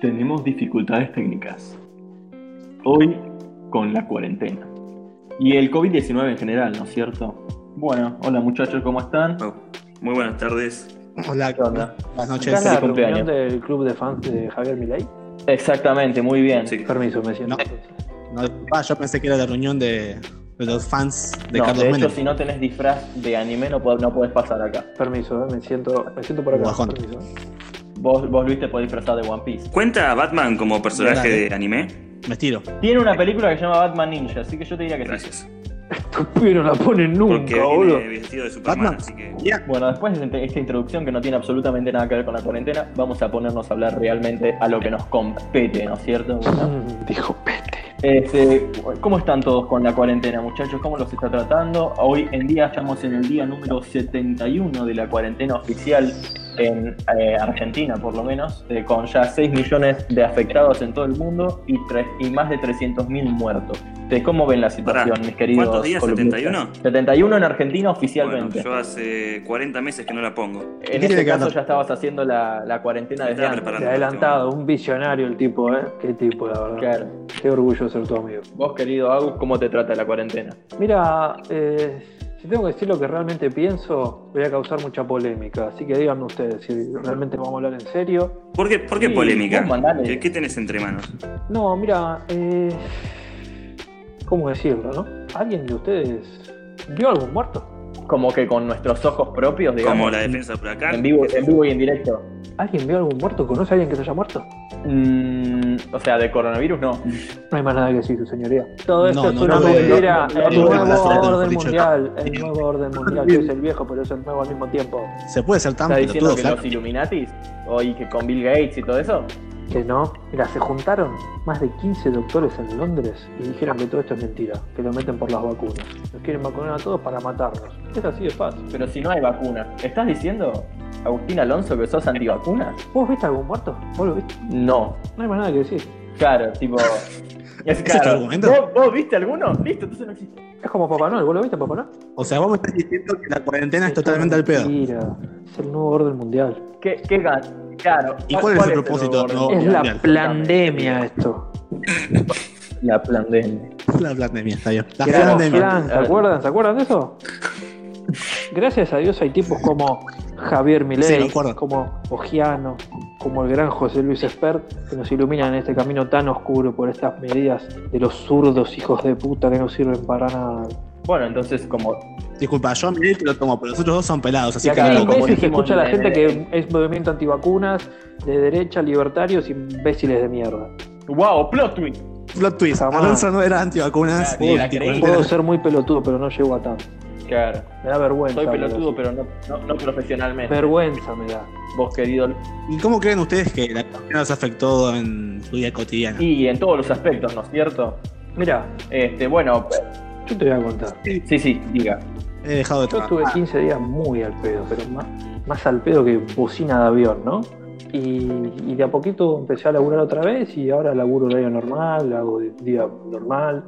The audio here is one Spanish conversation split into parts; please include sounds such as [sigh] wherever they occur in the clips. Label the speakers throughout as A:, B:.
A: Tenemos dificultades técnicas. Hoy con la cuarentena. Y el COVID-19 en general, ¿no es cierto? Bueno, hola muchachos, ¿cómo están?
B: Oh, muy buenas tardes.
C: Hola,
A: ¿Qué onda?
C: Buenas
D: ¿Acá
C: noches.
D: la
A: feliz
D: reunión
A: cumpleaños.
D: del club de fans de Javier Milei?
A: Exactamente, muy bien.
B: Sí.
D: Permiso, me siento.
C: No. No, ah, yo pensé que era la reunión de, de los fans de
A: no,
C: Carlos
A: de hecho,
C: Menem.
A: si no tenés disfraz de anime, no, pod- no podés pasar acá.
D: Permiso, eh, me siento, me siento por acá.
C: Guajón.
D: Permiso.
A: Vos, vos Luis, te podés disfrazar de One Piece.
B: ¿Cuenta Batman como personaje
C: Dale.
B: de anime?
C: Me estiro.
A: Tiene una película que se llama Batman Ninja, así que yo te diría que sí.
B: Gracias.
D: Estos pibes no la ponen
B: Porque
D: nunca, boludo.
B: viene vestido de Superman,
C: Batman.
B: así que.
A: Bueno, después de esta- esta introducción que no tiene absolutamente nada que ver con la cuarentena, vamos a ponernos a hablar realmente a lo que nos compete, ¿no es cierto? Bueno,
D: Mm, Dijo pete.
A: Este, ¿Cómo están todos con la cuarentena, muchachos? ¿Cómo los está tratando? Hoy en día estamos en el día número 71 de la cuarentena oficial en eh, Argentina, por lo menos, eh, con ya 6 millones de afectados en todo el mundo y, tres- y más de 300.000 muertos. Este, ¿Cómo ven la situación,
B: Pará,
A: mis queridos?
B: ¿cuántos días?
A: columnistas?
B: 71?
A: 71 en Argentina
B: Bueno,
A: oficialmente.
B: yo hace 40 meses que no la pongo.
A: En
C: ¿Qué tiene
A: este
C: que
A: caso
C: ganar?
A: ya estabas haciendo la, la cuarentena desde
B: Estaba
A: antes.
B: preparando. este
D: Se ha adelantado, un visionario el tipo, ¿eh? Qué tipo, la verdad.
A: Claro.
D: Qué orgullo de ser tu amigo.
A: Vos, querido Agus, ¿cómo te trata la cuarentena?
D: Mira, eh, si tengo que decir lo que realmente pienso, voy a causar mucha polémica. Así que díganme ustedes si realmente vamos a hablar en serio.
B: ¿Por qué, por qué
A: Sí,
B: polémica?
A: vos mandale.
B: ¿Qué, qué tenés entre manos?
D: No, mira, eh, ¿cómo decirlo, no? ¿Alguien de ustedes vio algún muerto?
A: Como que con nuestros ojos propios, digamos.
B: Como la defensa por acá. Eh,
A: En vivo, en vivo y en directo.
D: ¿Alguien vio algún muerto? ¿Conoce a alguien que se haya muerto?
A: Mm, o sea, de coronavirus no.
D: No hay más nada que decir, su señoría. Todo esto
C: No,
D: es
C: no
D: una
C: tuve-
D: mentira.
A: no- no
D: el
A: tuve
D: nuevo
A: placer
C: de haberlo
D: orden
C: dicho.
D: mundial. El nuevo orden mundial. que es el viejo, pero es el nuevo al mismo tiempo.
C: Se puede ser tan
A: ¿Estás diciendo
C: pelotudo,
A: que
C: Flaco.
A: los Illuminatis? O y que con Bill Gates y todo eso.
D: Que no. Mira, se juntaron más de 15 doctores en Londres y dijeron que todo esto es mentira. Que lo meten por las vacunas. Nos quieren vacunar a todos para matarnos. Es así de fácil.
A: Pero si no hay vacuna. ¿Estás diciendo, Agustín Alonso, que sos antivacunas?
D: ¿Vos viste algún muerto? ¿Vos lo viste?
A: No.
D: No hay más nada que decir.
A: Claro,
C: [laughs]
A: tipo. Es
C: tu
A: claro.
C: argumento?
A: ¿Vos, vos viste alguno? Listo, entonces no existe.
D: Es como Papá Noel. ¿Vos lo viste, Papá Noel?
C: O sea, vos me estás diciendo que la cuarentena es totalmente al pedo.
D: Mentira. Es el nuevo orden mundial.
A: ¿Qué, qué gan- Claro.
C: ¿Y cuál es el propósito?
A: nuevo
C: No,
A: orden
D: Es
A: mundial?
D: la
C: mundial.
D: pandemia esto.
A: La pandemia.
C: [laughs] La pandemia, está bien. La
D: Que éramos
C: pandemia.
D: plan, ¿Se acuerdan? ¿Se acuerdan de eso? Gracias a Dios hay tipos como Javier
C: Sí, me
D: Milei,
C: acuerdo.
D: como Ogiano, como el gran José Luis Espert, que nos iluminan en este camino tan oscuro por estas medidas de los zurdos hijos de puta que no sirven para nada.
A: Bueno, entonces como
C: Disculpa, yo a Milei te lo tomo, pero los otros dos son pelados, así
D: y
C: que
D: acá
A: claro,
D: en
C: como
A: como
D: imbécil se
A: dijimos
D: escucha a la
A: en-
D: gente que es movimiento antivacunas, de derecha, libertarios, imbéciles de mierda.
A: Wow, plot twist.
C: plot twist.
D: Jamás.
C: Alonso no era antivacunas.
A: Claro, ni la
C: y
A: creí.
C: anticuarentena.
D: Puedo ser muy pelotudo, pero no llego a tanto.
A: Claro.
D: Me da vergüenza.
A: Soy
D: hablar
A: pelotudo,
D: así.
A: pero no, no, no profesionalmente.
D: Vergüenza me da.
A: Vos, querido.
C: ¿Y cómo creen ustedes que la cuarentena los afectó en su vida cotidiana?
A: Y en todos los aspectos, ¿no es cierto?
D: Mira,
A: Este, bueno,
D: yo te voy a contar.
A: sí, sí, diga.
C: He dejado de
D: Yo estuve
C: trabajar.
D: 15 días muy al pedo, pero más, más al pedo que bocina de avión, ¿no? Y, y de a poquito empecé a laburar otra vez y ahora laburo horario normal, hago de- día normal.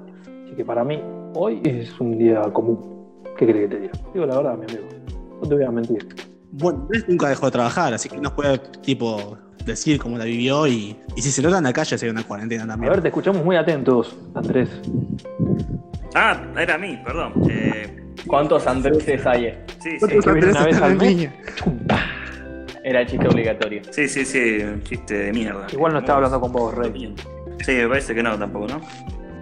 D: Así que para mí, hoy es un día común. ¿Qué crees que te diga? Digo la verdad, mi amigo. No te voy a mentir.
C: Bueno, Luis nunca dejó de trabajar, así que no puede, tipo, decir cómo la vivió y, y si se nota en la calle sería una cuarentena
D: A
C: también.
D: ver, te escuchamos muy atentos, Andrés.
B: Ah, era a mí, perdón. Eh,
A: ¿Cuántos Andréses hay?
B: sí, sí.
C: Otros
D: Eh, que viene
C: Andrés
D: una vez
C: están
D: al
C: en
D: mes.
C: línea.
A: Era el chiste obligatorio.
B: Sí, sí, sí, un chiste de mierda.
D: Igual no estaba
B: Vos-
D: hablando con vos, Rey.
B: Sí, me parece que no tampoco, ¿no?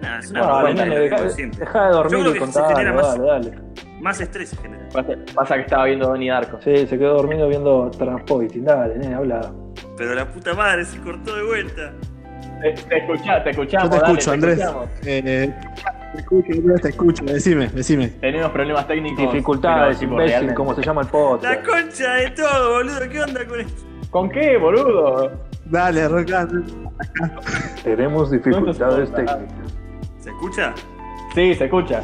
B: Nah, es una
D: Bueno,
B: buena
D: dale,
B: lo que
D: deja,
B: hago siempre.
D: deja de
B: Yo
D: dormir
B: creo
D: y
B: que se
D: contar.
B: genera
D: Dale,
B: más-
D: dale,
B: Más estrés en general.
A: Pasa, pasa que estaba viendo Donnie Darko.
D: Sí, se quedó dormido viendo Transpoiting. Dale, nene, habla.
B: Pero la puta madre se cortó de vuelta.
A: Te, te escucha- te
C: Yo
A: escuchamos,
C: te
A: dale,
C: escucho, Andrés.
A: escuchamos.
C: Eh, te escucho, Andrés, te escucho. Decime, decime.
A: Tenemos problemas técnicos.
D: Dificultades,
A: pero, tipo,
D: imbécil,
A: realmente.
D: como se llama el podcast.
B: La concha de todo, boludo. ¿Qué onda con esto?
A: ¿Con qué, boludo?
C: Dale, Rocan.
D: Tenemos
A: dificultades
D: dificultades
A: técnicas.
D: técnicas.
B: ¿Se escucha?
A: Sí, se escucha.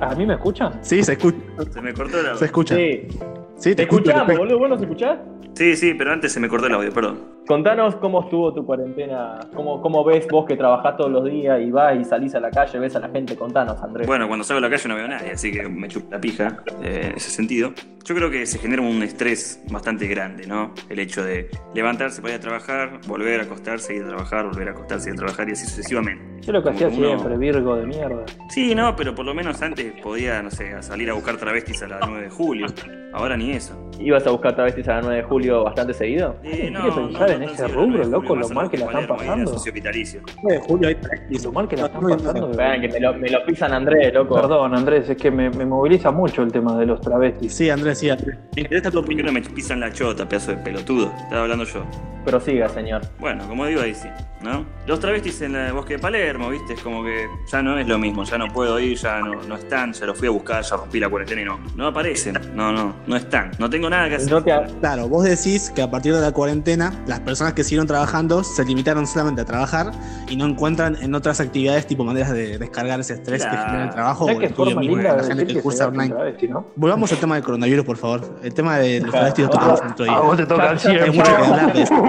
D: ¿A mí me escuchan?
C: Sí, se escucha.
B: Se me cortó la
C: Se escucha.
A: Sí.
C: Sí,
A: Te
C: te escucho.
A: escuchamos,
C: perfecto.
A: boludo. ¿Vos nos escuchás?
B: Sí, sí, pero antes se me cortó el audio, perdón.
A: Contanos cómo estuvo tu cuarentena, cómo, cómo ves vos que trabajás todos los días y vas y salís a la calle, ves a la gente, contanos, Andrés.
B: Bueno, cuando salgo a la calle no veo a nadie, así que me chupa la pija eh, en ese sentido. Yo creo que se genera un estrés bastante grande, ¿no? El hecho de levantarse para ir a trabajar, volver a acostarse, ir a trabajar, volver a acostarse, ir a trabajar y así sucesivamente.
D: Yo lo que hacía
B: Como uno-
D: siempre, Virgo de mierda.
B: Sí, no, pero por lo menos antes podía, no sé, a salir a buscar travestis a las 9 de julio. Ahora ni eso.
A: ¿Ibas a buscar travestis a la 9 de julio bastante seguido?
B: Eh,
D: Hay que pensar en ese
B: tanto,
D: rubro,
B: no, no,
D: loco,
B: más
D: lo mal que la
B: Palermo,
D: están
B: ahí era
D: pasando.
B: socio vitalicio.
C: de Eh, julio hay
D: Y
C: prácticas.
D: lo mal que la están
C: No, no, no.
D: pasando. de-
A: Vean que me lo, me lo pisan Andrés, loco.
D: Perdón, Andrés, es que me, me moviliza mucho el tema de los travestis.
C: Sí, Andrés, sí, Andrés. Me interesa tu
B: ¿Por qué
C: opinión.
B: no me pisan la chota, pedazo de pelotudo? Estaba hablando yo.
A: Pero siga, señor.
B: Bueno, como digo, ahí sí, ¿no? Los travestis en el bosque de Palermo, ¿viste? Es como que ya no es lo mismo, ya no puedo ir, ya no, no están, ya los fui a buscar, ya rompí la cuarentena y no. No aparecen, no, no, no están, no tengo nada que hacer.
A: No te ha-
C: Claro, vos decís que a partir de la cuarentena, las personas que siguieron trabajando se limitaron solamente a trabajar y no encuentran en otras actividades tipo maneras de descargar ese estrés que
B: Claro.
C: genera el trabajo
D: Ya
C: o
D: que
C: el
D: forma
C: tuyo mismo,
D: linda
C: la
D: de
C: gente
D: decir
C: que
D: que
C: cursa
D: se un
C: online.
D: travesti, ¿no?
C: Volvamos al tema del coronavirus, por favor. El tema de los travestis lo tocamos en otro
D: A
C: día.
D: vos te toca
A: Ya,
D: el
A: ya,
C: Hay
A: ya,
C: mucho que
A: ya.
D: siempre.
C: hablar de eso.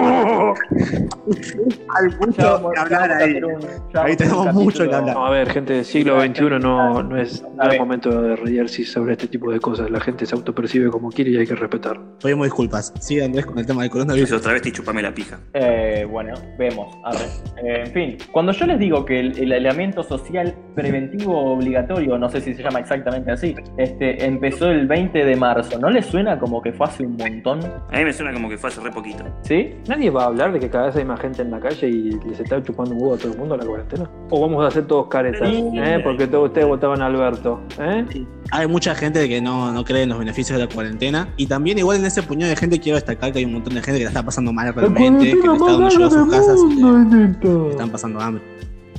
C: Hay
A: Ya
C: mucho
A: vamos-
C: que
A: ya
C: hablar
A: vamos a
C: ahí.
A: hacer un- ya vamos a
C: Ahí
A: hacer
C: tenemos
A: un
C: mucho que
A: capítulo-
C: hablar.
D: No, a ver, gente del siglo XXI no, no es no es momento de reírse sobre este tipo de cosas. La gente se autopercibe como quiere y hay que respetar.
C: Pedimos disculpas. Sí, Andrés, con el tema del coronavirus.
B: Los travestis chupame la pija.
A: Eh, bueno, vemos. A ver. Eh, en fin, cuando yo les digo que el, el aislamiento social preventivo obligatorio, no sé si se llama exactamente así, este, empezó el 20 de marzo, ¿no les suena como que fue hace un montón?
B: A mí me suena como que fue hace re poquito.
A: ¿Sí?
D: Nadie va a hablar de que cada vez hay más gente en la calle y les está chupando un huevo a todo el mundo en la cuarentena. O vamos a hacer todos caretas,
B: Sí.
D: ¿eh? Porque todos ustedes votaban a Alberto, ¿eh?
C: Hay mucha gente que no, no cree en los beneficios de la cuarentena. Y también, igual en ese puñado de gente, quiero destacar que hay un montón de gente que la está pasando mal realmente, que no está donde llegó a sus casas y que están pasando hambre.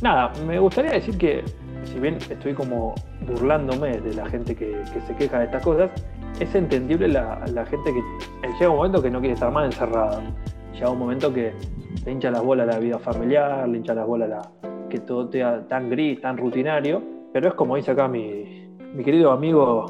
D: Nada, me gustaría decir que, si bien estoy como burlándome de la gente que, que se queja de estas cosas, es entendible la, la gente que eh, llega un momento que no quiere estar más encerrada. Llega un momento que le hincha las bolas la vida familiar, le hincha las bolas la, que todo sea tan gris, tan rutinario. Pero es como dice acá mi, mi querido amigo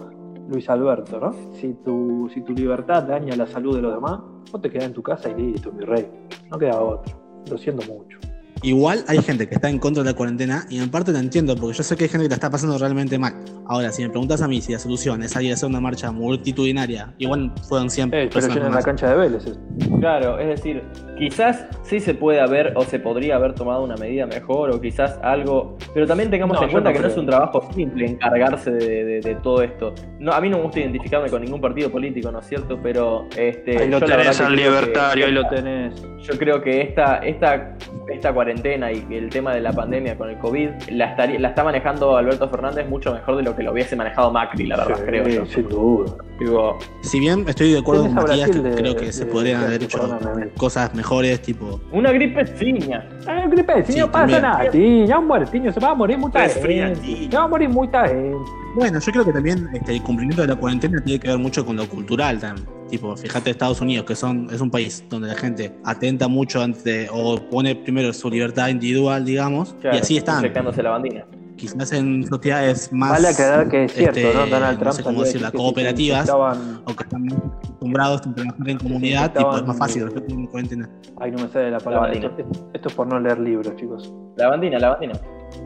D: Luis Alberto, ¿no? Si tu, si tu libertad daña la salud de los demás, vos te quedás en tu casa y listo, mi rey. No queda otro. Lo siento mucho.
C: Igual hay gente que está en contra de la cuarentena y en parte la entiendo porque yo sé que hay gente que la está pasando realmente mal. Ahora, si me preguntas a mí si la solución es salir a hacer una marcha multitudinaria, igual fueron siempre
D: Eh, pero llenan la cancha de Vélez. eso.
A: Claro, es decir, quizás sí se puede haber o se podría haber tomado una medida mejor o quizás algo, pero también tengamos
D: No,
A: en
D: yo
A: cuenta
D: no
A: que no
D: creo.
A: es un trabajo simple encargarse de, de- de todo esto. No, a mí no me gusta identificarme con ningún partido político, ¿no es cierto? Pero este,
D: Ahí lo
A: yo la verdad
D: tenés
A: que
D: al
A: creo que-
D: libertario, ahí lo tenés.
A: Yo creo que esta, esta, esta cuarentena y el tema de la pandemia con el COVID la, estaría- la está manejando Alberto Fernández mucho mejor de lo que lo hubiese manejado Macri, la verdad,
D: Sí,
A: creo yo.
D: Sin duda.
A: Digo,
C: Si bien estoy de acuerdo con
D: Tenés a
C: Matías,
D: Brasil
C: que
D: de-
C: creo que se
D: de-
C: podrían
D: de-
C: haber hecho
D: perdóname, amigo.
C: cosas mejores, tipo
A: una gripe ciña.
D: Ay, Gripe, si
C: Sí,
D: no pasa
C: también.
D: nada, sí, ya un muertiño, se va a morir mucha
B: Es fría,
D: gente.
B: sí.
D: Ya va a morir mucha gente.
C: Bueno, yo creo que también este, el cumplimiento de la cuarentena tiene que ver mucho con lo cultural también. Tipo, fíjate Estados Unidos, que son, es un país donde la gente atenta mucho ante, o pone primero su libertad individual, digamos,
A: Claro,
C: y así están.
A: secándose la bandina.
C: Quizás en sociedades más...
D: Vale aclarar que es cierto,
C: Ah, este,
D: ¿no? Donald
C: no
D: Trump
C: sé
D: salió
C: cómo
D: a
C: decir, las
D: que
C: cooperativas,
D: estaban-
C: o que están más acostumbrados a trabajar en comunidad,
D: Estaban-
C: tipo, es más fácil respecto a la cuarentena.
D: Ay, no me sale la palabra.
A: bandina.
D: Esto, esto es por no leer libros, chicos.
A: La bandina, la bandina.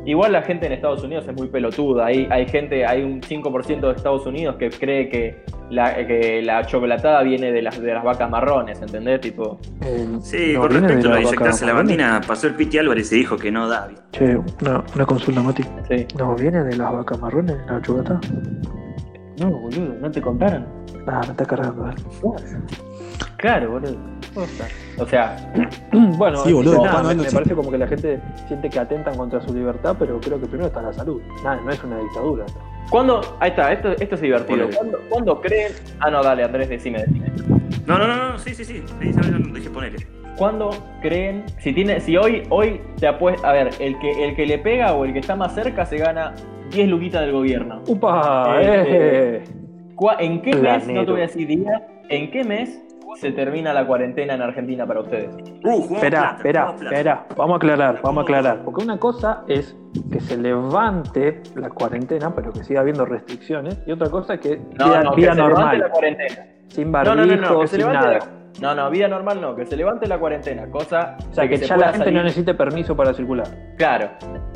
A: Igual la gente en Estados Unidos es muy pelotuda. Hay, hay gente, hay un 5% de Estados Unidos que cree que la, que la chocolatada viene de las, de las vacas marrones, ¿entendés? Tipo,
D: Eh,
B: Sí,
D: no,
B: con
D: viene de
B: respecto a lo de
D: vaca
B: inyectarse la
D: Marrones.
B: bandina, pasó el Piti Álvarez y dijo que no da, ¿viste?
D: Che, una, una consulta, Mati.
A: sí.
D: ¿No viene de las vacas marrones, la chugata?
A: No, boludo, no te contaron.
D: Ah, me está cargando. eh.
A: Claro, boludo. O sea,
D: bueno,
C: Sí, boludo,
D: nada,
C: Papá
D: me,
C: Noel no
D: me
C: existe.
D: parece como que la gente siente que atentan contra su libertad, pero creo que primero está la salud. Nada, no es una dictadura.
A: ¿Cuándo? Ahí está, esto, esto es divertido.
B: Ponele.
A: ¿Cuándo, cuándo creen? Ah, no, dale, Andrés, decime, decime.
B: No, no, no, no, sí, sí, sí. Ahí sabés, no, dejé ponerle.
A: ¿Cuándo creen? Si tiene, si hoy, hoy te apuesta. A ver, el que, el que le pega o el que está más cerca se gana 10 luquitas del gobierno.
D: ¡Upa!
A: Este,
D: eh.
A: ¿Cuá- ¿En qué mes? No
D: Planero.
A: te voy a decir día. ¿En qué mes se termina la cuarentena en Argentina para ustedes?
B: Uh, jugamos
D: Esperá,
B: plata,
D: esperá,
B: jugamos plata.
D: esperá. Vamos a aclarar, vamos a aclarar. Porque una cosa es que se levante la cuarentena, pero que siga habiendo restricciones. Y otra cosa es que
A: No,
D: sea
A: no, que
D: vida
A: se levante
D: normal,
A: la cuarentena.
D: sin
A: No,
D: barbijo,
A: no, no, no, que se
D: sin
A: levante
D: nada.
A: la- No, no, vida normal no, que se levante la cuarentena, cosa.
D: O sea,
A: de
D: que,
A: se
D: ya la
A: pueda
D: gente no
A: salir.
D: necesite permiso para circular.
A: Claro,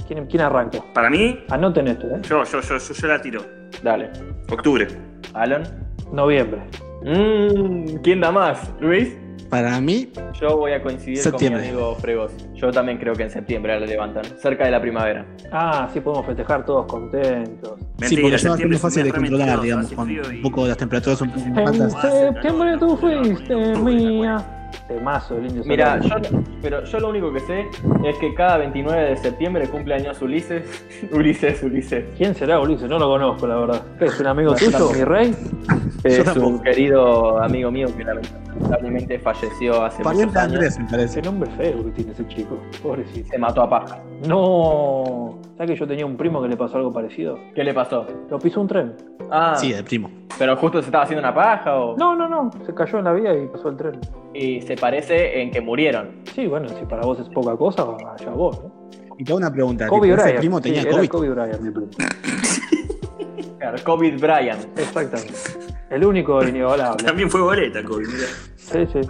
D: ¿Quién, quién arranca?
B: Para mí,
D: Anoten esto, ¿eh?
B: yo, yo, yo, yo, yo la tiro.
A: dale.
B: Octubre.
A: Alan.
D: Noviembre.
A: Mm, ¿Quién da más? ¿Luis?
C: Para mí,
A: Yo voy a coincidir
C: Septiembre.
A: con mi amigo Fregos. Yo también creo que en septiembre la levantan, cerca de la primavera.
D: Ah, sí, podemos festejar todos contentos.
C: sí, porque yo es
B: septiembre
C: más fácil
B: es
C: de
B: un mes re
C: controlar,
B: mentiroso,
C: digamos,
B: hace
C: con
B: frío y-
C: un poco las temperaturas un poco más
D: En
C: altas.
D: septiembre tú fuiste mía. Temazo del indio
A: Mira,
D: Solari.
A: yo, pero yo lo único que sé es que cada 29 de septiembre cumple años Ulises. [laughs] Ulises, Ulises.
D: ¿Quién será Ulises? No lo conozco, la verdad. ¿Qué, ¿Es un amigo tuyo, mi rey?
C: Yo
A: Es
C: tampoco.
A: un querido amigo mío que lamentablemente falleció hace muchos
C: Pariente
A: años.
C: Andrés, me
D: Ese
C: parece.
D: nombre feo que tiene ese chico. Pobrecito.
A: Se mató a paja.
D: No. ¿Sabes que yo tenía un primo que le pasó algo parecido?
A: ¿Qué le pasó?
D: Lo pisó un tren.
A: Ah,
C: Sí, eh. el primo.
A: pero justo se estaba haciendo una paja o...
D: No, no, no. Se cayó en la vía y pasó el tren.
A: Y se parece en que murieron.
D: Sí, bueno, si para vos es poca cosa, allá vos, ¿no?
C: Y te hago una pregunta.
D: Kobe
C: tipo, ¿Ese
D: Bryant.
C: primo
D: sí,
C: tenía
D: era
C: COVID?
D: Kobe Bryant, mi primo.
A: Claro, COVID Brian.
D: Exactamente. El único
C: [laughs]
D: inigualable.
B: También fue boleta, Kobe. mirá.
D: Sí, sí.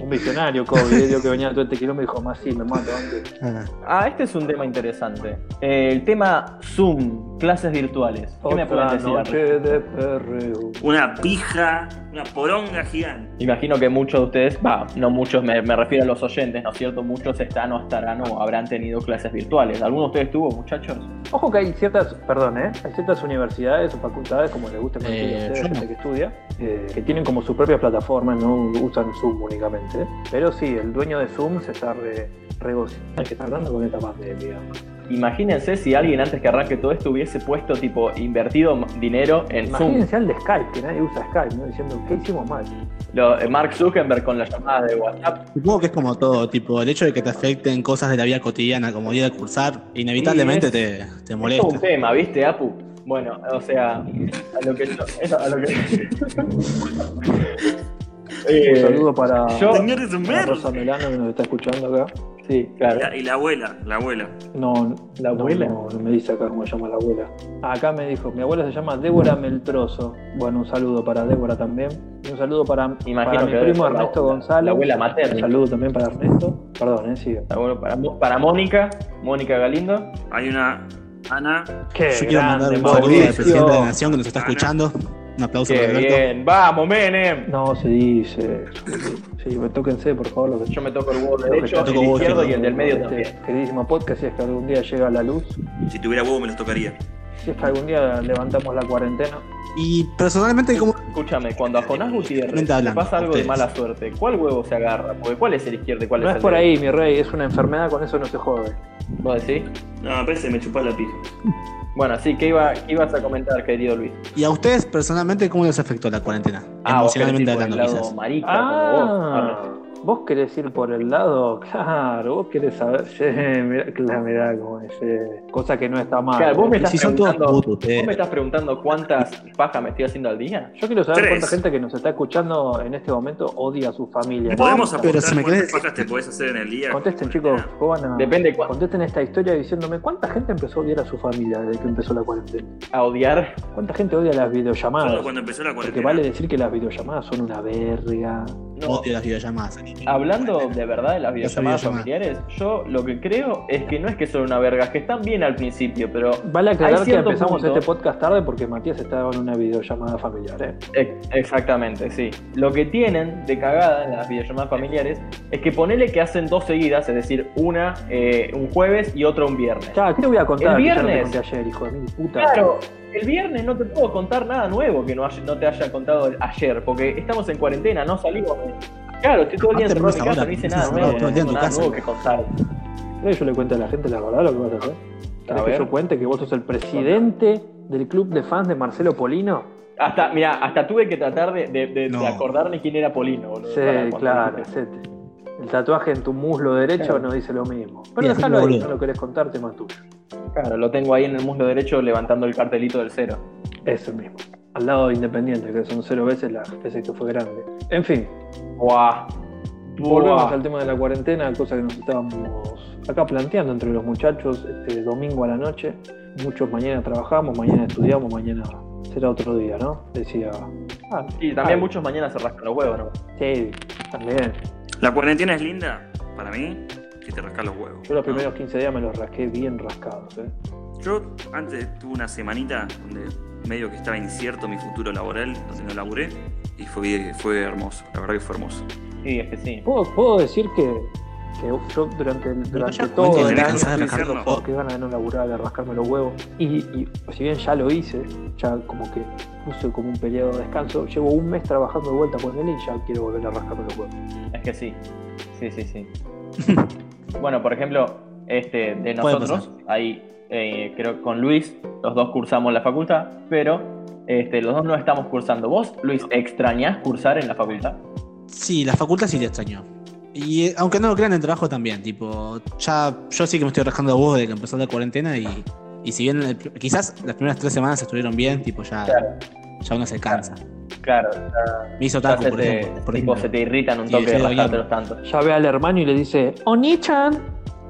D: Un visionario, Kobe. Dio que venía todo este quilombo y dijo, más sí, me mato antes.
C: Ah,
A: Ah, este es un tema interesante. El tema Zoom, clases virtuales. ¿Qué me pueden
D: Otra
A: decir? al respecto?
D: noche de perreo.
B: Una pija, una poronga gigante.
A: Imagino que muchos de ustedes, va, no muchos, me, me refiero a los oyentes, ¿no es cierto? Muchos están o estarán o habrán tenido clases virtuales. ¿Alguno de ustedes tuvo, muchachos?
D: Ojo que hay ciertas, perdón, ¿eh? hay ciertas universidades o facultades, como les gusta más
C: Eh,
D: a
C: yo
D: ustedes,
C: no.
D: gente que estudia, eh, que tienen como su propia plataforma, no usan Zoom únicamente. ¿eh? Pero sí, el dueño de Zoom se está re, regocijando, que está hablando con esta pandemia.
A: Imagínense si alguien antes que arranque todo esto hubiese puesto, tipo, invertido m- dinero en Zoom.
D: Imagínense al de Skype, que nadie usa Skype, ¿no? diciendo, ¿qué hicimos mal?
A: Lo- eh, Mark Zuckerberg con la llamada de WhatsApp.
C: Supongo que es como todo, tipo, el hecho de que te afecten cosas de la vida cotidiana, como ir a cursar, inevitablemente
A: Sí,
C: te, te
A: Es todo un
C: molesta.
A: tema, ¿viste, Apu? Bueno, o sea, a lo que yo... eso, a lo que-
D: [laughs] Un
A: Eh,
D: saludo para,
A: yo-
B: Señor es un
D: para
B: merda.
D: Rosa Melano que nos está escuchando acá.
A: Sí, claro.
B: La- Y la abuela, la abuela.
D: No,
A: ¿La
D: no,
A: abuela?
D: No, no me dice acá cómo se llama la abuela. Acá me dijo, mi abuela se llama Débora Meltroso. Bueno, un saludo para Débora también. Y un saludo para,
A: Imagino
D: para mi
A: que debe
D: primo
A: ser la-
D: Ernesto
A: la-
D: González.
A: la abuela materna.
D: Un saludo también para Ernesto. Perdón, eh, sigue.
A: Bueno, para, Mo- para Mónica, Mónica Galindo.
B: Hay una Ana.
D: Qué
C: Yo quiero mandar un saludo al presidente de la
D: Mauricio.
C: nación que nos está escuchando. Un aplauso
A: Qué
C: para Alberto.
A: bien. Vamos, Menem.
D: No se dice. Sí, me tóquense, por favor, los
A: Yo me toco el huevo
D: Yo
A: derecho,
D: me
A: el
C: toco vos,
A: izquierdo
C: yo
A: y el del medio
D: este
A: también.
D: queridísimo podcast, si es que algún día llega a la luz,
B: Si tuviera huevo me los tocaría.
D: si es que algún día levantamos la cuarentena.
C: Y personalmente, como
A: Escúchame, cuando a Jonás Gutiérrez
C: Mente
A: le
C: hablando,
A: pasa algo de
C: ustedes.
A: mala suerte, ¿cuál huevo se agarra? Porque ¿cuál es el izquierdo y cuál
D: No
A: es
D: es
A: el
D: por
A: derecho?
D: ahí, mi rey, es una enfermedad, con eso no se jode.
A: ¿Vos decís?
B: No, me parece que me chupás la pija.
A: Bueno, sí, ¿qué, iba, qué ibas a comentar, querido Luis? Ah,
C: ¿Y a ustedes personalmente cómo les afectó la cuarentena? Emocionalmente
A: vos querés ir por el
C: hablando,
A: lado
C: quizás.
A: marica, como vos.
D: Ah,
A: Arre.
D: vos querés ir por el lado, claro, vos querés saber, [laughs] sí, mirá, claro, mirá cómo es, eh, cosa que no está mal.
A: Claro, vos me estás
C: Si son todos
A: preguntando,
C: putos, eh.
A: vos me
C: ustedes.
A: estás preguntando cuántas pajas me estoy haciendo al día.
D: Yo quiero saber
B: Tres.
D: cuánta gente que nos está escuchando en este momento odia a su familia.
B: Podemos apostar
C: pero si me
B: cuántas
C: querés-
B: pajas te podés hacer en el día.
D: Contesten, chicos, jodan a-
A: Depende cuánto.
D: Contesten esta historia diciéndome cuánta gente empezó a odiar a su familia desde que empezó la cuarentena.
A: A odiar.
D: ¿Cuánta gente odia las
B: Solo
D: videollamadas?
B: cuando empezó la
D: Porque
B: cuarentena.
D: vale decir que las videollamadas son una verga.
A: No,
C: Odio las videollamadas.
A: Hablando de verdad de las videollamadas
C: videollamadas.
A: familiares, yo lo que creo es que no es que son una verga, que están bien al principio, pero
D: Vale aclarar
A: Hay
D: que
A: cierto
D: empezamos
A: punto-
D: este podcast tarde porque Matías estaba en una videollamada familiar, ¿eh?
A: Ex- e, Exactamente, sí. Lo que tienen de cagada en las videollamadas familiares es que ponele que hacen dos seguidas, es decir, una eh, un jueves y otra un viernes.
D: Ya, ¿qué te voy a
A: El
D: contar? que ya no te
A: viernes.
D: conté ayer, hijo de mil puta.
A: Claro, el viernes no te puedo contar nada nuevo que no, hay- no te haya contado ayer, porque estamos en cuarentena, no salimos. Claro, estoy todo el día
C: Aparte,
A: encerrado en mi casa, no
C: Luis, ahora,
A: hice
C: Luis,
A: nada
C: ahora
A: nuevo,
C: todo
A: no
C: el día
A: tengo
C: en tu
A: nada
C: casa.
A: nuevo que contar.
D: ¿Querés que yo le cuente a la gente la verdad lo que vas a hacer? ¿Querés
A: A
D: que
A: ver.
D: yo cuente que vos sos el presidente del club de fans de Marcelo Polino?
A: Hasta, mira, hasta tuve que tratar de, de- de- de
C: No.
A: acordarme quién era Polino, boludo.
D: Sí,
A: para cuando
D: claro,
A: dijiste.
D: etcétera. El tatuaje en tu muslo derecho
A: Claro.
D: no dice lo mismo. Pero
C: Mira,
D: déjalo ahí,
C: boludo.
D: no lo querés contar, tema tuyo.
A: Claro, lo tengo ahí en el muslo derecho levantando el cartelito del cero.
D: Eso mismo. Al lado de Independiente, que son cero veces las veces que fue grande. En fin,
A: Buah.
D: Volvemos
A: Buah.
D: al tema de la cuarentena, cosa que nos estábamos acá planteando entre los muchachos este domingo a la noche. Muchos mañana trabajamos, mañana estudiamos, mañana será otro día, ¿no? Decía. Ah,
A: Y también
D: ah,
A: muchos mañana se rascan los huevos, ¿no?
D: Sí, también.
B: La cuarentena es linda, para mí, que te rascas los huevos.
A: Ah.
D: Yo los
B: ¿no?
D: primeros 15 días me los rasqué bien rascados, ¿eh?
B: Yo antes tuve una semanita donde medio que estaba incierto mi futuro laboral, donde no laburé, y fue, fue hermoso, la verdad que fue hermoso.
A: Sí, es que sí.
D: Puedo, puedo decir que, que yo durante, el- durante
C: ya
D: todo
C: cuento,
D: el
C: tenés
D: año
C: cansado de
D: estoy
B: rascarlo.
D: diciendo, "Oh, qué ganas de no laburar, de rascarme los huevos. Y, y si bien ya lo hice, ya como que puse como un periodo de descanso, llevo un mes trabajando de vuelta con él y ya quiero volver a rascarme los huevos.
A: Es que sí. Sí, sí,
D: [laughs]
A: sí. bueno, por ejemplo, este, de
C: Puede
A: nosotros, ahí eh, creo con Luis, los dos cursamos la facultad, pero este, los dos no estamos cursando. ¿Vos, Luis, extrañás cursar en la facultad?
C: Sí, la facultad sí le extrañó. Y eh, aunque no lo crean, el trabajo también. Tipo, ya yo sí que me estoy rascando vos desde que empezó la cuarentena y, y si bien el- quizás las primeras tres semanas estuvieron bien, tipo ya,
A: Claro.
C: ya uno se cansa.
A: Claro,
C: Me hizo
A: ya
C: taco,
A: se
C: por
A: te-
C: ejemplo. por
A: tipo,
C: ejemplo.
A: se te irritan un
C: Sí,
A: toque
C: sí,
A: de
C: lo
A: rascártelos tanto.
D: Ya ve al hermano y le dice, Oni-chan.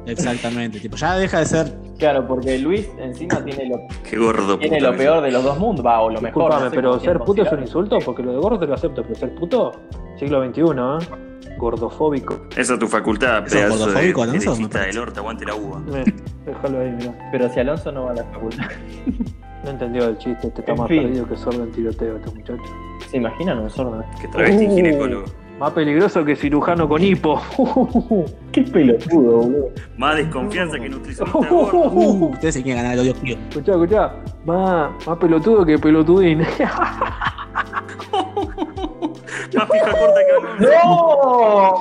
C: Exactamente. tipo, ya deja de ser.
A: [laughs] Claro, porque Luis encima tiene lo,
B: Qué gordo.
A: tiene
B: puta
A: lo
B: que
A: peor de los dos mundos, va, o lo mejor.
D: Disculpame,
A: no sé
D: pero
A: cómo
D: ser puto es un
A: considerarlo.
D: insulto, porque lo de gordo te lo acepto, pero ser puto, siglo XXI, ¿eh? Gordofóbico.
B: soy. Esa es tu facultad,
C: Eso es
B: pedazo de,
C: gordofóbico, ¿no?
B: de
C: Eso me
B: lechita
C: parece.
B: del orto, aguante la uva.
D: Eh, déjalo ahí, mirá.
A: Pero si Alonso no va a la facultad. [laughs]
D: No entendió el chiste, este está
A: En
D: más
A: fin.
D: perdido que sordo en tiroteo este muchacho.
A: ¿Se imaginan un sordo?
B: Que travesti
D: Uh.
B: ginecólogo.
D: Más peligroso que cirujano con hipo. [laughs]
A: Qué pelotudo, boludo.
B: Más desconfianza que nutricionista
D: [laughs]
B: gordo.
C: Uh,
D: Escuchá,
C: ustedes se quieren ganar el odio mío.
D: escuchá. Más, más pelotudo que pelotudín. [laughs]
B: Más pija corta que Alonso.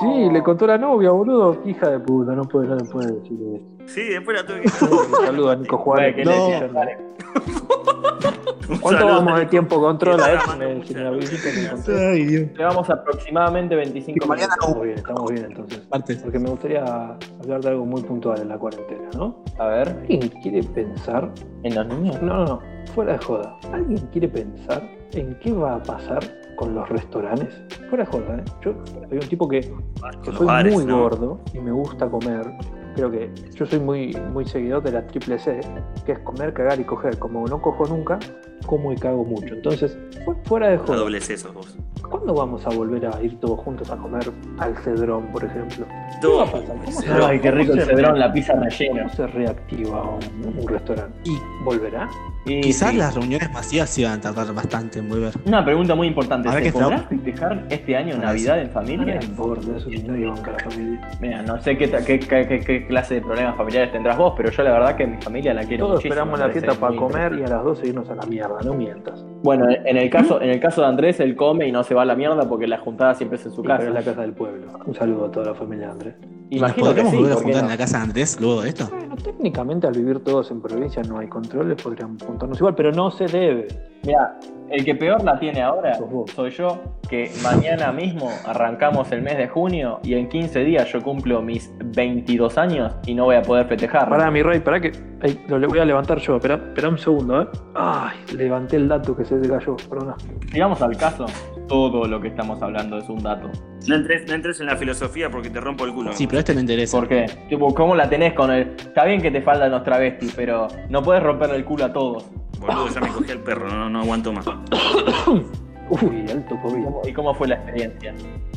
A: ¡No!
D: sí, le contó la novia, boludo. Hija de puta, no puede, no le puede decir eso.
B: Sí, después la tuve que.
D: Saludos a Uh, Nico
A: Bueno,
D: Juárez.
A: ¿qué
D: No.
A: le decías? Dale.
B: Un
D: ¿Cuánto
B: saludo.
D: vamos de tiempo controla?
B: Está
D: eh?
B: grabando
D: Me-
B: mucho.
D: si me avisas, me contás.
C: Ay, Dios.
A: Llevamos aproximadamente 25
C: Mariana
A: minutos.
D: Estamos bien, estamos bien entonces.
C: Parte.
D: Porque me gustaría hablar de algo muy puntual en la cuarentena, ¿no?
A: A ver,
D: ¿Alguien quiere pensar
A: en los niños.
D: No, no, no, fuera de joda. ¿Alguien quiere pensar en qué va a pasar con los restaurantes? Fuera de joda, ¿eh? Yo soy un tipo que, que
B: Con
D: soy
B: los bares,
D: muy
B: ¿no?
D: gordo y me gusta comer. Creo que yo soy muy, muy seguidor de la triple C, que es comer, cagar y coger. Como no cojo nunca, como y cago mucho. Entonces, fu- fuera de
B: La
D: joda.
B: doble C sos vos.
D: ¿Cuándo vamos a volver a ir todos juntos a comer al cedrón, por ejemplo?
B: Dos.
D: va a pasar? ¿Cómo se
B: Cedrón.
A: Ay, qué rico el cedrón, la pizza rellena.
D: ¿Cómo se reactiva un, un restaurante?
C: Y
D: ¿Volverá?
A: Y
C: quizás
A: sí.
C: las reuniones masivas sí van a tardar bastante en volver.
A: Una pregunta muy importante.
C: A ver,
A: ¿Se
C: ¿qué está?
A: podrá festejar este año
C: Ah,
A: Navidad en familia?
D: Ay, gordo, eso sí, no llevan cara a familia.
A: Mira, no sé qué, ta- qué- qué- qué- qué clase de problemas familiares tendrás vos, pero yo la verdad que mi familia la quiero
D: Todos
A: muchísimo,
D: esperamos
A: me
D: la
A: parece
D: fiesta para
A: muy
D: comer y
A: interesante.
D: a las 12 irnos a la mierda, no mientas.
A: Bueno, en el caso, en el caso de Andrés, él come y no se va a la mierda porque la juntada siempre es en su
D: Sí,
A: casa.
D: pero es la casa del pueblo. Un saludo a toda la familia de Andrés.
C: ¿Y nos
A: Imagino que
C: podremos
A: sí,
C: volver a
A: ¿por qué
C: juntar
A: no?
C: en la casa de Andrés luego de esto?
D: Bueno, técnicamente al vivir todos en provincia no hay controles, podríamos juntarnos igual, pero no se debe.
A: Mira, el que peor la tiene ahora
D: Sos vos.
A: soy yo, que mañana mismo arrancamos el mes de junio y en 15 días yo cumplo mis 22 años y no voy a poder festejar.
D: Pará, mi rey, pará que ey, lo le voy a levantar yo. Esperá, esperá un segundo, ¿eh? Ay, levanté el dato que se cayó, perdona.
A: Digamos al caso, todo lo que estamos hablando es un dato.
B: No entres, no entres en la filosofía porque te rompo el culo.
C: Sí, pero este me interesa.
A: ¿Por qué? Tipo, ¿cómo la tenés con el...? Está bien que te faltan los travestis, pero no puedes romperle el culo a todos.
B: Boludo, ya me cogí al perro, no, no aguanto más.
D: Uy, alto
A: ¿Y
D: COVID.
A: cómo, y cómo fue la experiencia?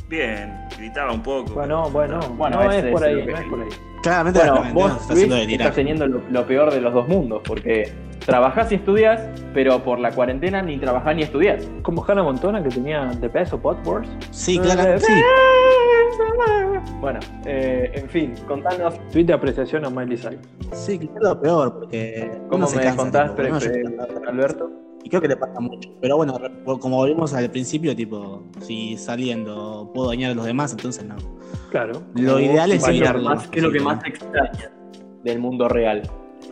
B: Bien, gritaba un poco.
D: Bueno, bueno,
A: Bueno,
D: no
A: ese
D: es por
A: es
D: ahí,
A: lo que-
D: no es por ahí.
C: Claramente la
A: Bueno,
C: cuarentena nos
A: vos,
C: está haciendo
A: Luis,
C: delirar.
A: estás teniendo lo, lo peor de los dos mundos, porque trabajás y estudias, pero por la cuarentena ni trabajás ni estudias.
D: Como Hannah Montona que tenía The Best of Both Worlds.
C: Sí,
A: Eh,
C: claramente sí. Ah,
A: Bueno, eh, en fin, contanos
D: Tweet de apreciación a Miley Cyrus.
C: Sí, que es lo peor, porque.
A: cómo
C: uno se
A: me
C: cansa,
A: contás,
C: tipo,
A: pre-
C: uno ya
A: pre-
C: está-
A: Alberto.
C: Y creo que le pasa mucho. Pero bueno, re- como volvimos al principio, tipo, si saliendo puedo dañar a los demás, entonces no.
D: Claro.
C: Lo
D: Como
C: ideal
D: vos,
C: es
D: Miley
C: evitarlo.
D: Cyrus.
A: Más, ¿Qué es lo que más te extraña del mundo real?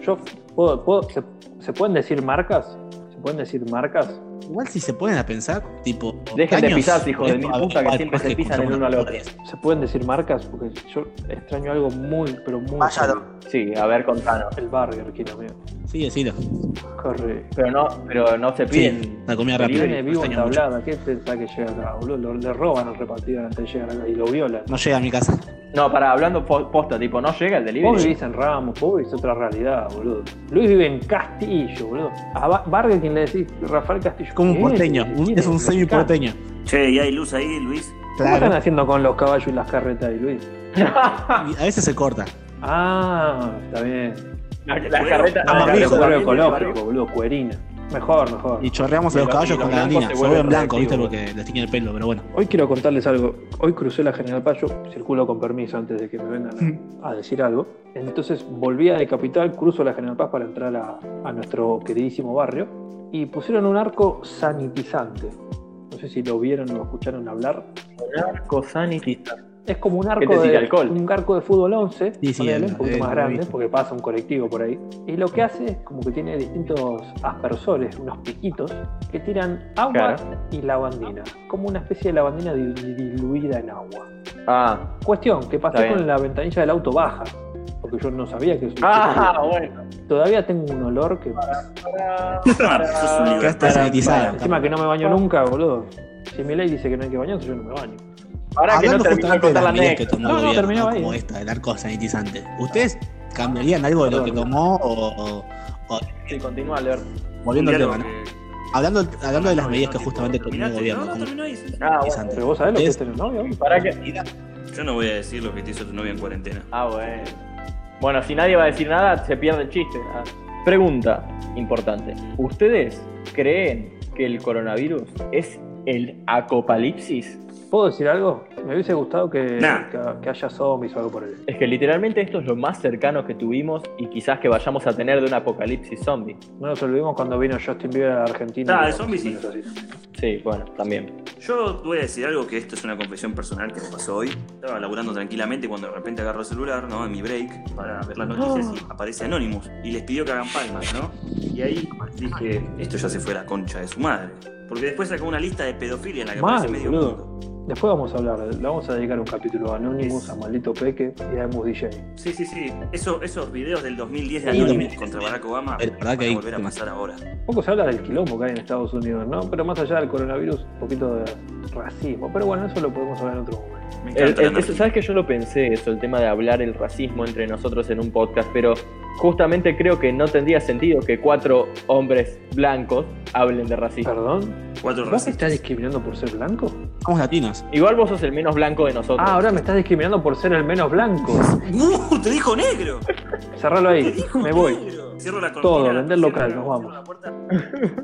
D: Yo puedo, puedo- se, se pueden decir marcas? ¿Se pueden decir marcas?
C: Igual si se ponen a pensar, tipo.
A: Dejen de
C: años,
A: pisarse, hijo de
C: esto-
A: mil
C: a ver,
A: puta, que
C: igual,
A: siempre
C: más
A: se pisan el
C: escuchamos
A: uno al otro.
C: historias.
D: ¿Se pueden decir marcas? Porque yo extraño algo muy, pero muy.
C: Vaya,
D: serio.
A: Sí, a ver, contanos.
D: El Burger King, amigo.
C: Sí, decilo.
D: Correcto.
A: Pero no, pero no se piden.
C: Sí, la comida
A: Delivery,
C: rápida.
D: Viene vivo
C: extraño
D: en tablada, ¿qué pensás que llega acá, boludo? Lo- le roban al repartidor antes de llegar acá y lo violan.
C: No llega a mi casa.
A: No, para hablando po- posta, tipo, no llega el
D: Vos
A: delivery.
D: vivís en Ramos, vos vivís otra realidad, boludo. Luis vive en Castillo, boludo. A Ba- Vargas, quien le decís, Rafael Castillo.
C: Como un
D: ¿qué?
C: porteño.
D: Viene
C: Es un
D: de
C: semi porteño.
B: Che, ¿y hay luz ahí, Luis?
D: ¿Qué
A: [laughs]
D: están
C: Claro.
D: haciendo con los caballos y las carretas ahí, Luis?
C: Y a veces se corta.
D: Ah, está bien.
A: La,
B: el
A: la
B: cuero.
A: carreta.
C: Ah,
A: la
C: barbijo,
A: carreta-
D: Correo
B: también,
D: ecológico,
B: claro.
D: boludo, cuerina. Mejor, mejor.
C: Y chorreamos
A: Y
C: a los
A: lo- y
C: caballos
A: lo
C: con la
A: blanco
C: ganina.
A: se
C: Se
A: vuelve
C: vuelven blancos, viste,
A: radioactivo.
C: porque les tiñe el pelo, pero bueno.
D: Hoy quiero contarles algo. Hoy crucé la General Payo, circulo con permiso antes de que me vengan a, a decir algo. Entonces volvía de Capital, cruzo la General Paz para entrar a, a nuestro queridísimo barrio y pusieron un arco sanitizante. No sé si lo vieron o escucharon hablar.
A: Narco sanitista.
D: Es como un
A: Que
D: arco,
A: te tira
D: de,
A: alcohol.
D: un arco de fútbol 11,
C: Sí, sí,
D: ponele,
C: el-
D: un poquito
C: el-
D: más
C: lo
D: grande,
C: vi.
D: porque pasa un colectivo por ahí. Y lo que hace es como que tiene distintos aspersores, unos piquitos, que tiran agua
A: Claro.
D: y lavandina. Como una especie de lavandina di- di- diluida en agua.
A: Ah,
D: Cuestión, que pasé
A: Está bien.
D: con la ventanilla del auto baja, porque yo no sabía que eso
A: ah bueno.
D: existía. Todavía tengo un olor que...
C: Ah,
B: Ah, sos un
C: Ya está
A: Para-
C: sanitizado.
D: Encima que no me baño nunca, boludo. Si mi ley dice que no hay que bañarse, yo no me baño.
A: Ahora que no
C: Hablando
A: terminó de
C: justamente de
A: contar la
C: las medidas que
A: anécdota.
C: tomó
D: No,
C: el
D: no,
C: gobierno,
D: terminaba
C: ¿no?
D: ahí.
C: como esta, del arco sanitizante. ¿Ustedes cambiarían algo de lo que
D: Perdón.
C: tomó o, o- o-
A: Sí, continúa, Leor.
C: volviendo al
B: Diálogo
C: tema? ¿no?
B: que-
C: Hablando, hablando de las
B: no,
C: medidas
B: no,
C: que
B: tipo,
C: justamente tomó el
B: terminaste.
C: gobierno.
B: No, no,
C: como
B: terminó ahí, sí, sí.
A: Ah, bueno.
C: sanitizante.
D: Pero vos sabés lo que
C: Es-
D: es tener novio.
A: Para que...
B: Yo no voy a decir lo que te hizo tu novia en cuarentena.
A: Ah, bueno. Bueno, si nadie va a decir nada, se pierde el chiste. Ah. Pregunta importante. ¿Ustedes creen que el coronavirus es el acopalipsis?
D: ¿Puedo decir algo? Me hubiese gustado que,
B: Nah.
D: que, que haya zombies o algo por el.
A: Es que literalmente esto es lo más cercano que tuvimos y quizás que vayamos a tener de un apocalipsis zombie.
D: No nos olvidemos cuando vino Justin Bieber a la Argentina.
B: Ah,
D: Nada,
B: de zombies sí.
A: Sí, bueno, también.
B: Yo voy a decir algo que esto es una confesión personal que me pasó hoy. Estaba laburando tranquilamente cuando de repente agarro el celular, ¿no? En mi break para ver las noticias y aparece Anonymous y les pidió que hagan palmas, ¿no? Y ahí dije, esto ya se fue la concha de su madre. Porque después sacó una lista de pedofilia en la que
D: Mal,
B: aparece medio
D: boludo.
B: mundo.
D: Después vamos a hablar, le vamos a dedicar un capítulo a Anonymous, a Maldito Peque y a Emus DJ.
B: Sí, sí, sí. Eso- esos videos del 2010 de
C: Sí,
B: Anonymous
C: 2010.
B: contra Barack Obama
C: Es verdad que
B: van a
C: hay
B: volver a
C: temas.
B: pasar ahora.
D: Poco se habla del quilombo que hay en Estados Unidos, ¿no? Pero más allá del coronavirus, un poquito de racismo. Pero bueno, eso lo podemos hablar en otro momento.
B: Me
A: El-
B: encanta
A: el-
B: la
A: eso-
B: anarquía.
A: ¿Sabes que yo lo pensé eso, el tema de hablar el racismo entre nosotros en un podcast? Pero justamente creo que no tendría sentido que cuatro hombres blancos hablen de racismo.
D: ¿Perdón?
B: Cuatro
D: ¿Vos me
B: racistas.
D: estás discriminando por ser blanco?
C: Somos latinos.
A: Igual vos sos el menos blanco de nosotros.
D: Ah, ahora me estás discriminando por ser el menos
C: [laughs]
D: blanco.
B: ¡Uh! ¡Te dijo negro!
D: Cerralo
B: ¡Te
D: ahí,
B: dijo
D: me
C: [laughs]
D: voy.
B: negro! Cierro la cortina.
D: Todo, vender
B: cierro
D: local,
B: la-
D: nos
B: cierro
D: vamos.
B: la puerta.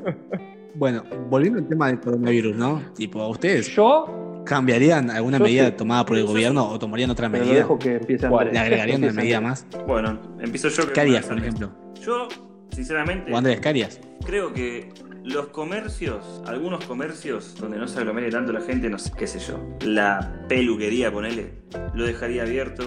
C: Bueno, volviendo al tema del coronavirus, ¿no? Tipo, ¿ustedes
D: Yo,
C: cambiarían alguna
D: Yo
C: medida
D: sí.
C: tomada por el gobierno o tomarían otra
D: pero lo
C: medida?
D: dejo que empiece a
A: ¿Cuál?
C: ¿Le agregarían una medida más?
B: Bueno, empiezo yo. que
C: ¿Qué harías,
B: voy a
C: por
B: hacer
C: ejemplo?
B: esto. Yo, sinceramente,
C: ¿O Andrés, qué harías?
B: creo que los comercios, algunos comercios donde no se aglomere tanto la gente, no sé, qué sé yo, la peluquería, ponele, lo dejaría abierto.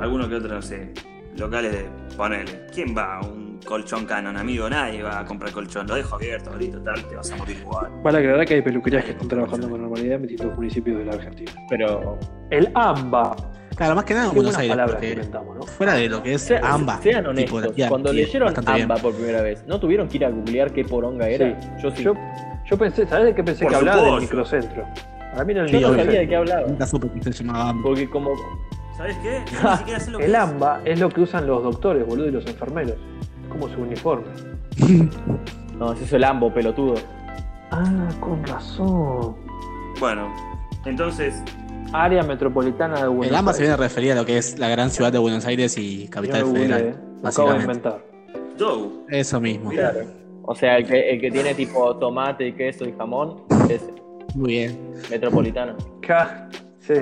B: Alguno que otro, no sé, locales de, ponele. ¿Quién va a un colchón canon, amigo? Nadie va a comprar colchón. Lo dejo abierto, ahorita, tal, te vas a morir igual.
D: Vale aclarar que hay peluquerías que están trabajando con normalidad en distintos municipios de la Argentina.
A: Pero
D: El AMBA.
C: Claro, más que nada en
D: Qué buenas
C: Ah, Buenos Aires,
D: palabras que
C: porque
D: inventamos, ¿no?
C: fuera de lo que es
A: se-
C: AMBA.
A: sean
C: tipo,
A: honestos,
C: la tía,
A: cuando
C: sí,
A: leyeron
C: bastante bien.
A: AMBA por primera vez, ¿no tuvieron que ir a googlear qué poronga era?
D: Sí.
A: Yo sí.
D: Yo, yo pensé, ¿sabés de qué pensé
B: Por
D: que hablaba del
B: supuesto.
D: microcentro? Para mí era el
A: Yo no
C: obvio.
A: sabía de
D: microcentro.
A: qué hablaba.
C: Nunca supe que se llamaba AMBA.
A: Porque como...
B: ¿Sabes qué? Yo
D: [laughs]
B: ni siquiera sé lo que
D: El
B: es.
D: AMBA es lo que usan los doctores, boludo, y los enfermeros. Como su uniforme.
A: No, es eso el ambo, pelotudo.
D: Ah, con razón.
B: Bueno, entonces,
D: Área metropolitana de Buenos
C: El AMBA se
D: Aires.
C: viene referida a lo que es la gran ciudad de Buenos Aires y
D: Yo
C: capital
D: lo googleé,
C: federal.
D: eh. Lo acabo de
C: básicamente.
D: inventar.
B: Dow.
C: Eso mismo.
B: Mirá.
A: O sea, el que, el que tiene tipo tomate, queso y jamón es
C: Muy bien.
A: metropolitano.
D: Ca- Sí.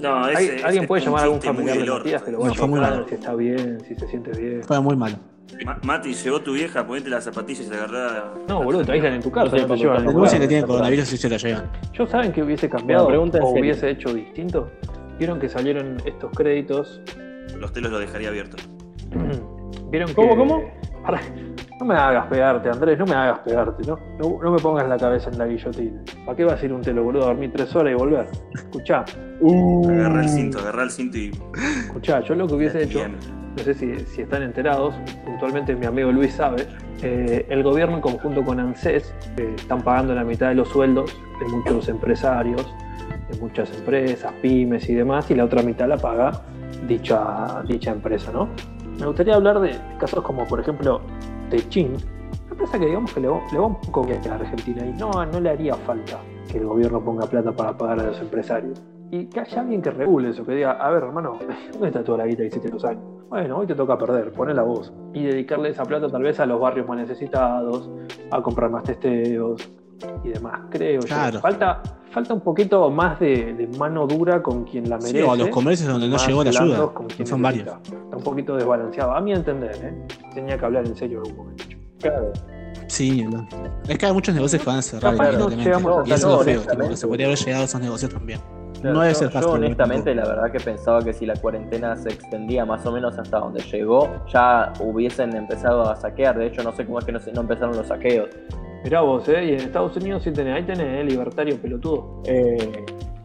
B: No,
D: Hay-
B: ese- ese
D: alguien
B: es
D: puede
B: un
D: llamar a algún
B: chiste muy
D: familiar de
B: del orto.
D: Matías que lo
C: No,
D: va a
C: fue muy
D: checar
C: malo.
D: si está bien, si se siente bien.
C: Fue muy malo.
B: Ma- Mati, llegó tu vieja, ponete las zapatillas y la agarrá.
D: No, boludo, te aíslan en tu casa,
A: No sé,
D: no te
A: papá,
D: llevan.
A: papá,
C: Porque
A: Bueno,
C: vos si te tiene
A: está
C: coronavirus y se lo llevan.
D: Yo saben que hubiese cambiado
A: Bueno, pregunta en
D: o
A: serio.
D: hubiese hecho distinto. Vieron que salieron estos
A: [clears throat]
D: créditos.
B: Los telos los dejaría abiertos.
D: Vieron
A: ¿Cómo,
D: que-
A: cómo?
D: Pará, No me hagas pegarte, Andrés, no me hagas pegarte, ¿no? No, no me pongas la cabeza en la guillotina. ¿Para qué vas a ir un telo, boludo, a dormir tres horas y volver? Escuchá,
A: Uh.
B: Agarrá el cinto, agarrá el cinto y.
D: escuchá, yo lo que hubiese hecho,
B: Bien.
D: no sé si, si están enterados, puntualmente mi amigo Luis sabe, eh, el gobierno en conjunto con ANSES eh, están pagando la mitad de los sueldos de muchos empresarios, de muchas empresas, pymes y demás, y la otra mitad la paga dicha, dicha empresa, ¿no? Me gustaría hablar de casos como, por ejemplo, Techin, una empresa que digamos que le, va- le va un poco bien a Argentina y no, no le haría falta que el gobierno ponga plata para pagar a los empresarios. Y que haya alguien que regule eso, que diga, a ver, hermano, [laughs] ¿dónde está toda la guita que hiciste en los años? Bueno, hoy te toca perder, ponela vos. Y dedicarle esa plata tal vez a los barrios más necesitados, a comprar más testeos y demás, creo yo.
C: Claro.
D: Falta, falta un poquito más de, de mano dura con quien la
C: Sí,
D: merece.
C: o a los comercios donde no
D: más
C: llegó la
D: blandos
C: ayuda.
D: con
C: que
D: quien
C: Son
D: necesita.
C: varios.
D: Está un poquito desbalanceado, a mi entender, ¿eh? Tenía que hablar en serio en algún momento.
A: Claro.
C: Sí, ni hablar. Es que hay muchos negocios que van a cerrar,
D: Capaz no
C: evidentemente.
D: llegamos
C: Y
D: a
C: eso es lo
A: tanto,
C: feo, tipo, que
A: honestamente.
C: se podría haber llegado a esos negocios también.
A: Claro,
C: No debe
A: yo-
C: ser fácil,
A: Yo honestamente
C: ¿no?
A: la verdad que pensaba que si la cuarentena se extendía más o menos hasta donde llegó, ya hubiesen empezado a saquear. De hecho, no sé cómo es que no, se- no empezaron los saqueos.
D: Mirá vos, ¿eh? Y en Estados Unidos sí tenés, ahí tenés, ¿eh? Libertario pelotudo.
A: Eh,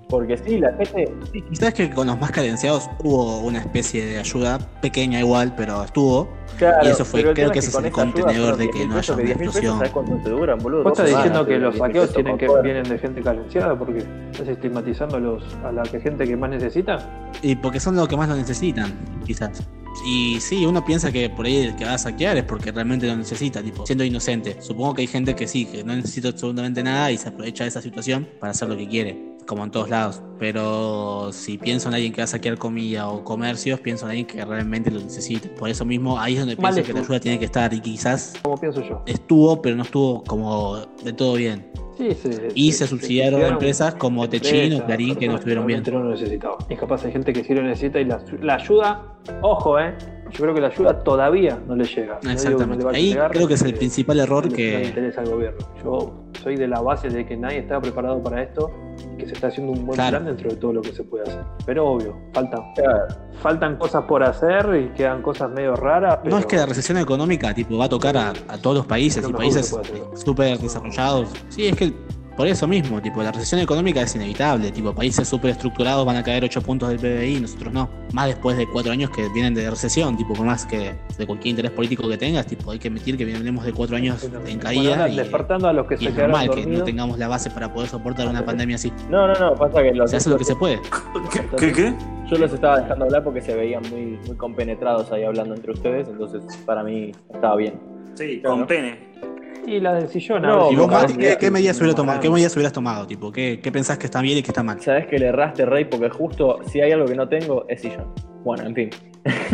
A: porque sí, la gente... sí,
C: Quizás que con los más carenciados hubo una especie de ayuda, pequeña igual, pero estuvo.
A: claro,
C: Y eso fue-
A: pero el
C: creo
A: tema
C: que
A: es
C: ese es
A: con
C: el
A: esa ayuda,
C: contenedor de
A: pero
C: que
A: 10.000
C: no
A: pesos,
C: haya
A: que
C: una
A: 10.000
C: explosión.
A: ¿Sabes cuánto te duran, boludo?
D: Vos estás
A: Dos
D: diciendo
A: semanas,
D: que
A: pero
D: los
A: 10.000
D: saqueos
A: pesos
D: tienen
A: con
D: que
A: todo.
D: vienen de gente carenciada porque estás estigmatizando a, los, a la que- gente que más necesita.
C: Y porque son los que más lo necesitan, quizás. Y sí, uno piensa que por ahí el que va a saquear es porque realmente lo necesita, tipo, siendo inocente. Supongo que hay gente que sí, que no necesita absolutamente nada y se aprovecha de esa situación para hacer lo que quiere, como en todos lados. Pero si pienso en alguien que va a saquear comida o comercios, pienso en alguien que realmente lo necesita. Por eso mismo, ahí es donde
D: Mal
C: pienso que la
D: estuvo.
C: ayuda tiene que estar y quizás
D: Como pienso yo.
C: estuvo, pero no estuvo como de todo bien.
D: Sí, se,
C: Y se subsidiaron empresas como Techin o
D: empresas,
C: Clarín que no
D: personas
C: estuvieron bien.
D: realmente no lo necesitaban. Y capaz hay gente que sí lo necesita y la, la ayuda, ojo, ¿eh? Yo creo que la ayuda todavía no le llega. No digo que no le
C: Exactamente.
D: va a
C: Ahí
D: llegar, eh,
C: creo que es el
D: porque-
C: principal error
D: le- le
C: que...
D: interesa al gobierno. Yo soy de la base de que nadie estaba preparado para esto y que se está haciendo un buen
C: Claro.
D: plan dentro de todo lo que se puede hacer. Pero obvio, faltan,
A: Claro.
C: Eh,
D: faltan cosas por hacer y quedan cosas medio raras.
C: No
D: pero-
C: es que la recesión económica tipo va a tocar a, a todos los países
D: Pero
C: y
D: mejor que
C: países
D: pueda ser.
C: súper desarrollados. Sí, es que por eso mismo, tipo, la recesión económica es inevitable, tipo, países súper estructurados van a caer 8 puntos del PBI, nosotros no. Más después de 4 años que vienen de recesión, tipo, por más que de cualquier interés político que tengas, tipo, hay que admitir que venimos de 4 años en
D: Bueno,
C: caída
D: ahora
C: y,
D: despertando a los que
C: y
D: se
C: es
D: quedaron
C: normal que
D: dormidos.
C: no tengamos la base para poder soportar una pandemia así.
A: No, no, no, pasa que los,
C: Se hace lo que se puede.
B: ¿Qué, qué, qué?
A: yo los estaba dejando hablar porque se veían muy, muy compenetrados ahí hablando entre ustedes, entonces para mí estaba bien.
B: Sí,
A: Claro.
B: con pene.
D: Y las del sillón. a
A: No,
D: ver si
C: Y vos,
D: tocan.
C: Mati, ¿qué, qué medidas hubieras tomado? ¿Qué
D: Bueno,
C: medidas hubieras tomado? Tipo, ¿qué, ¿Qué pensás que está bien y que está mal?
A: Sabes que le erraste, Rey, porque justo si hay algo que no tengo es sillón. Bueno, en fin. [laughs]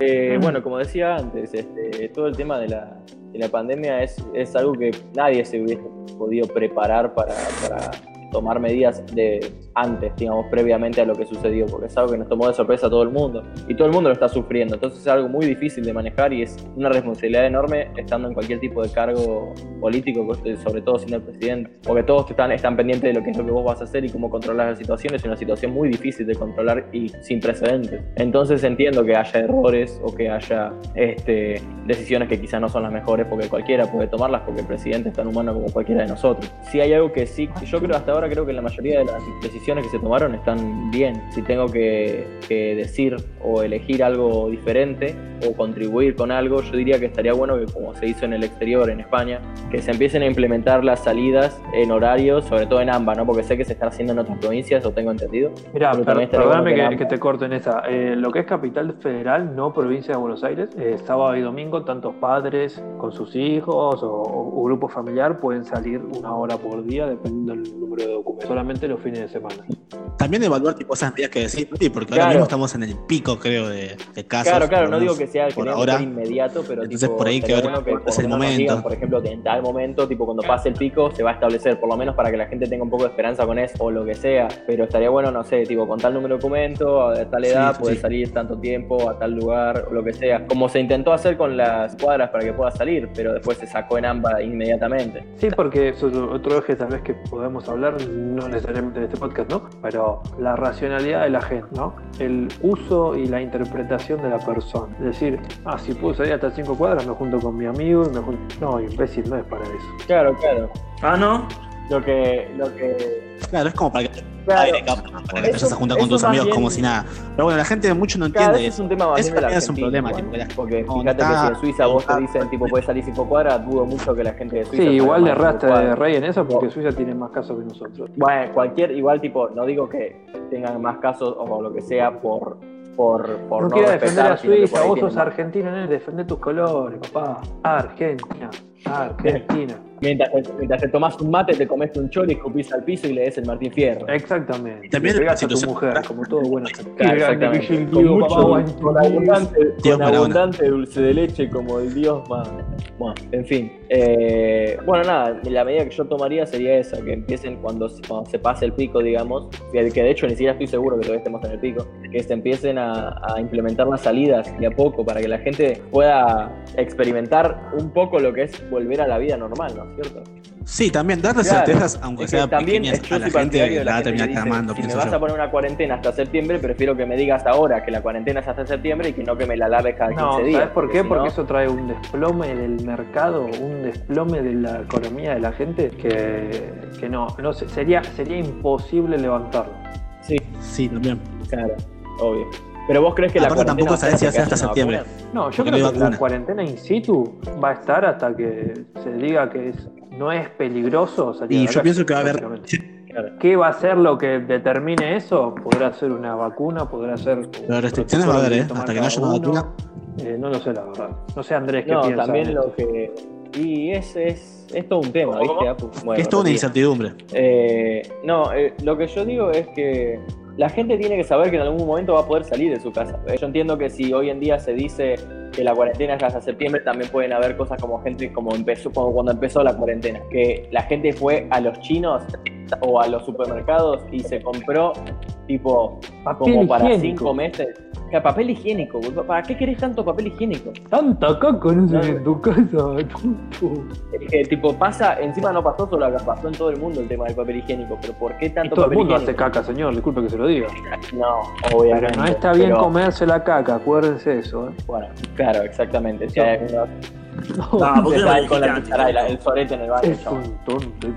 A: Eh, bueno, como decía antes, este, todo el tema de la, de la pandemia es, es algo que nadie se hubiese podido preparar para, para tomar medidas de antes, digamos, previamente a lo que sucedió, porque es algo que nos tomó de sorpresa a todo el mundo y todo el mundo lo está sufriendo. Entonces es algo muy difícil de manejar y es una responsabilidad enorme estando en cualquier tipo de cargo político, eh, sobre todo siendo el presidente, porque todos están, están pendientes de lo que es lo que vos vas a hacer y cómo controlar la situación. Es una situación muy difícil de controlar y sin precedentes. Entonces entiendo que haya errores o que haya este, decisiones que quizás no son las mejores porque cualquiera puede tomarlas porque el presidente es tan humano como cualquiera de nosotros. Si hay algo que sí, yo creo hasta ahora creo que la mayoría de las decisiones que se tomaron están bien. Si tengo que, que decir o elegir algo diferente o contribuir con algo, yo diría que estaría bueno que como se hizo en el exterior, en España, que se empiecen a implementar las salidas en horarios, sobre todo en AMBA, ¿no? Porque sé que se están haciendo en otras provincias, o tengo entendido.
D: Mirá,
A: Pero
D: per-
A: también estaría
D: perdóname
A: bueno que
D: que,
A: la-
D: que te corto en esa. Eh, lo que es capital federal, no provincia de Buenos Aires, eh, sábado y domingo, tantos padres con sus hijos o, o grupo familiar pueden salir una hora por día, dependiendo del número de documentos. Solamente los fines de semana.
C: También evaluar tipo esas medidas que decís, Mati, porque
A: Claro.
C: ahora mismo estamos en el pico, creo, de, de casos.
A: claro, claro,
C: Ah, por
A: no
C: lo menos
A: digo que sea que
C: por
A: tenga que
C: ahora.
A: ser inmediato, pero
C: Entonces,
A: tipo,
C: por ahí
A: estaría
C: que ver
A: bueno
C: cuál es
A: por
C: el
A: lo menos nos
C: momento.
A: digan, por ejemplo, que en tal momento, tipo cuando pase el pico, se va a establecer, por lo menos para que la gente tenga un poco de esperanza con eso o lo que sea. Pero estaría bueno, no sé, tipo con tal número de documento, a tal
C: Sí,
A: edad,
C: sí,
A: puedes
C: sí.
A: salir tanto tiempo, a tal lugar, o lo que sea. Como se intentó hacer con las cuadras para que pueda salir, pero después se sacó en AMBA inmediatamente.
D: Sí, porque eso es otro eje tal vez que podemos hablar, no necesariamente en este podcast, ¿no? Pero la racionalidad de la gente, ¿no? El uso y la interpretación de la persona. Es decir, ah, si puedo salir hasta cinco cuadras, me junto con mi amigo y me junto... No, imbécil, no es para eso.
A: Claro, claro. [laughs]
B: Ah, no.
A: Lo que, lo que
C: Claro, es como para que,
A: Claro.
C: aire, capaz, para que te
A: Eso-
C: vayas a juntar con
A: eso
C: tus
A: más
C: amigos
A: bien-
C: como si nada. Pero bueno, la gente mucho no
A: Cada
C: entiende
A: vez es
C: eso.
A: un tema más
C: Eso
A: bien de la
C: también es un
A: Argentina,
C: problema,
A: igual.
C: tipo, que la-
A: Porque
C: como
A: fíjate que
C: está-
A: si en Suiza vos te
C: está-
A: dicen, tipo, podés salir cinco cuadras, dudo mucho que la gente de
D: Sí,
A: Suiza. salga
D: igual
A: más
D: de
A: cinco
D: rastra
A: cuadras.
D: de rey en eso porque Suiza tiene más casos que nosotros.
A: Bueno, cualquier, igual, tipo, no digo que tengan más casos o lo que sea por. por, por
D: no quiera defender
A: respetar,
D: a
A: sino que por
D: Suiza,
A: ahí
D: vos
A: tienen
D: sos
A: más.
D: argentino, nene, defende tus colores, papá. Argentina,
A: [laughs]
D: Argentina.
A: Mientras, te- mientras te tomás un mate, te comes un chori, escupís al piso y le des el Martín Fierro.
D: Exactamente.
C: Y también
D: Le pegas
C: la
D: a tu
C: situación-
D: mujer, como todo bueno.
A: Claro,
D: Qué grande,
A: exactamente.
D: Miguel
A: Con
D: Diego,
A: mucho-
D: papá, guay,
A: con
D: Dios.
A: abundante,
C: Dios
A: con
C: Maradona.
A: abundante dulce de leche como el dios más. Bueno, en fin. Eh, bueno, nada, la medida que yo tomaría sería esa, que empiecen cuando, se- cuando se pase el pico, digamos, que que de hecho ni siquiera estoy seguro que todavía estemos en el pico, que se empiecen a, a implementar las salidas de a poco para que la gente pueda experimentar un poco lo que es volver a la vida normal, ¿no es cierto?
C: Sí, también darle
A: Claro.
C: certezas, aunque
A: Es que
C: sea pequeñas,
A: yo
C: a
A: soy partidario
C: la gente
A: de
C: la va a
A: gente
C: terminar
A: que dice,
C: calmando,
A: Si me
C: pienso
A: vas a
C: yo.
A: poner una cuarentena hasta septiembre, prefiero que me digas ahora que la cuarentena es hasta septiembre y que no que me la laves cada 15
D: No,
A: días.
D: ¿sabes por qué?
A: si
D: Porque
A: no-
D: eso trae un desplome del mercado, un desplome de la economía de la gente que, que no, no sé, sería, sería imposible levantarlo.
A: Sí,
C: Sí, también.
A: claro, obvio. Pero vos crees que la
C: Aparte
A: cuarentena...
C: tampoco sabés si hace hasta
A: que haya una
C: septiembre.
A: vacuna?
D: No,
C: Porque
D: yo
C: no
D: creo
C: hay
D: que la
C: vacuna.
D: cuarentena in situ va a estar hasta que se diga que es, no es peligroso salir a
C: Y
D: la
C: yo
D: calle,
C: pienso [laughs] que va a haber.
D: básicamente.
A: Claro.
D: ¿Qué va a ser lo que determine eso? ¿Podrá ser una vacuna? ¿Podrá ser.? un
C: Pero restricciones va a haber,
D: protocolo
C: ¿eh?
D: que tomar
C: Hasta que no
D: cada
C: haya una
D: uno?
C: vacuna.
D: Eh, no lo sé, la verdad. No sé, Andrés, ¿qué
A: No,
D: piensa?
A: también
D: en
A: lo
D: esto?
A: que... Y es, es, es todo un tema,
B: ¿Cómo?
A: ¿viste? Apu? Bueno,
C: Que es toda una
A: repetí.
C: incertidumbre.
A: Eh, no, eh, lo que yo digo es que la gente tiene que saber que en algún momento va a poder salir de su casa. Eh, Yo entiendo que si hoy en día se dice que la cuarentena es hasta septiembre, también pueden haber cosas como gente como empezó como cuando empezó la cuarentena, que la gente fue a los chinos o a los supermercados y se compró tipo
D: Papel
A: como para
D: higiénico.
A: cinco meses. O sea, papel higiénico, boludo. ¿para qué querés tanto papel higiénico?
D: Tanta caca no se
A: No.
D: ve en tu casa, tonto.
A: Es que Eh, tipo pasa, encima no pasó solo acá, pasó en todo el mundo el tema del papel higiénico, pero ¿por qué
D: Y
A: tanto
D: todo el
A: papel
D: mundo hace
A: higiénico?
D: caca, señor, disculpe que se lo diga.
A: No, obviamente.
D: Pero no está bien
A: pero-
D: comerse la caca, acuérdense eso. ¿eh?
A: Bueno, claro, exactamente. Sí,
D: No.
A: hay algunos-
B: Ah, vos
A: se
B: no
A: sale con la
B: dijiste
A: cuchara y la-
B: antes,
A: el sorete en el baño.
D: Es
A: chabón.
D: un tonto.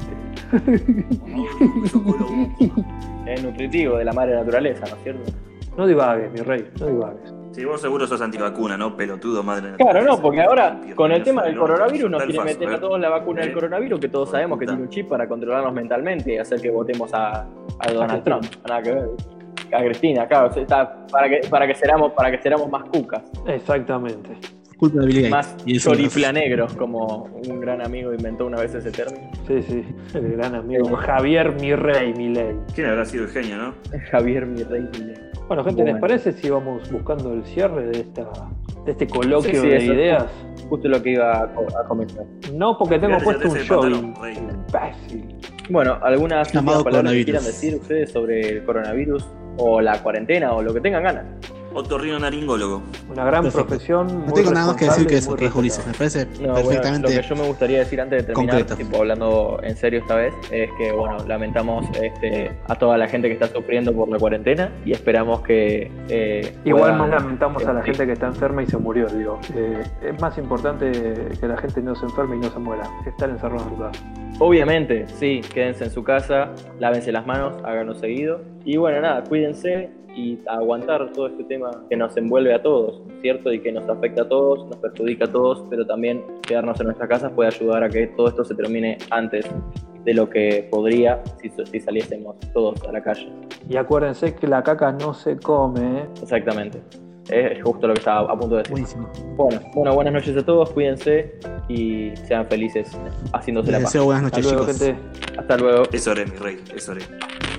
D: este.
A: [laughs] Es nutritivo de la madre naturaleza, ¿no es cierto?
D: No divagues, mi rey, no divagues.
B: Sí, vos seguro sos antivacuna, ¿no? Pelotudo, madre.
A: Claro,
B: naturaleza.
A: no, porque ahora con el tema del
B: Loco,
A: coronavirus nos
B: tal
A: quieren
B: fácil,
A: meter a
B: ¿eh?
A: todos la vacuna del
B: Eh,
A: coronavirus, que todos
B: hijo de
A: sabemos que
B: puta.
A: tiene un chip para controlarnos mentalmente y hacer que votemos a, a Donald
D: Cristina.
A: Trump. Nada que ver. A Cristina, claro, se- está- para que para que seramos para que seramos más cucas,
D: Exactamente.
C: Culpa de Bill Gates.
A: más
C: Y eso es-
A: choriflanegros, como un gran amigo inventó una vez ese término. [laughs]
D: Sí, sí. El gran amigo Javier mi rey, mi ley.
B: ¿Quién habrá sido el genio, no?
A: Javier Mirrey. Milei.
D: Bueno, gente, ¿les
A: Bueno.
D: parece si vamos buscando el cierre de, esta, de este coloquio
A: Sí, sí,
D: de
A: eso.
D: ideas?
A: Justo lo que iba a, co- a comentar.
D: No, porque tengo
B: Mirá,
D: puesto un
B: ese
D: show.
B: pantalón, rey.
D: Imbécil.
A: Bueno, algunas últimas
C: Llamado
A: palabras que quieran
C: coronavirus.
A: decir ustedes sobre el coronavirus o la cuarentena o lo que tengan ganas.
B: Otorrino naringólogo.
D: Una gran
C: Perfecto.
D: profesión.
C: No
D: muy
C: tengo nada más que decir
D: responsable
C: que
D: y
C: eso,
D: muy
C: que es Ulises.
D: respetada.
C: Me parece
A: No, bueno, lo
C: perfectamente.
A: que yo me gustaría decir antes de terminar,
C: Concreto.
A: tipo, hablando en serio esta vez, es que bueno, lamentamos este, a toda la gente que está sufriendo por la cuarentena y esperamos que eh,
D: Igual
A: puedan-
D: más lamentamos a la
A: Sí.
D: gente que está enferma y se murió, digo. Eh, es más importante que la gente no se enferme y no se muera, que estar encerrado en su casa.
A: Obviamente, sí, quédense en su casa, lávense las manos, háganlo seguido. Y bueno, nada, cuídense y aguantar todo este tema que nos envuelve a todos, ¿cierto? Y que nos afecta a todos, nos perjudica a todos, pero también quedarnos en nuestras casas puede ayudar a que todo esto se termine antes de lo que podría si, si saliésemos todos a la calle.
D: Y acuérdense que la caca no se come, ¿eh?
A: Exactamente. Es justo lo que estaba a punto de decir.
C: Buenísimo.
A: Bueno, bueno, buenas noches a todos, cuídense y sean felices haciéndose
C: Les
A: la paz.
C: deseo buenas
D: Hasta
C: noches,
D: luego,
C: chicos.
D: gente.
A: Hasta luego.
B: Eso haré, mi rey, eso haré.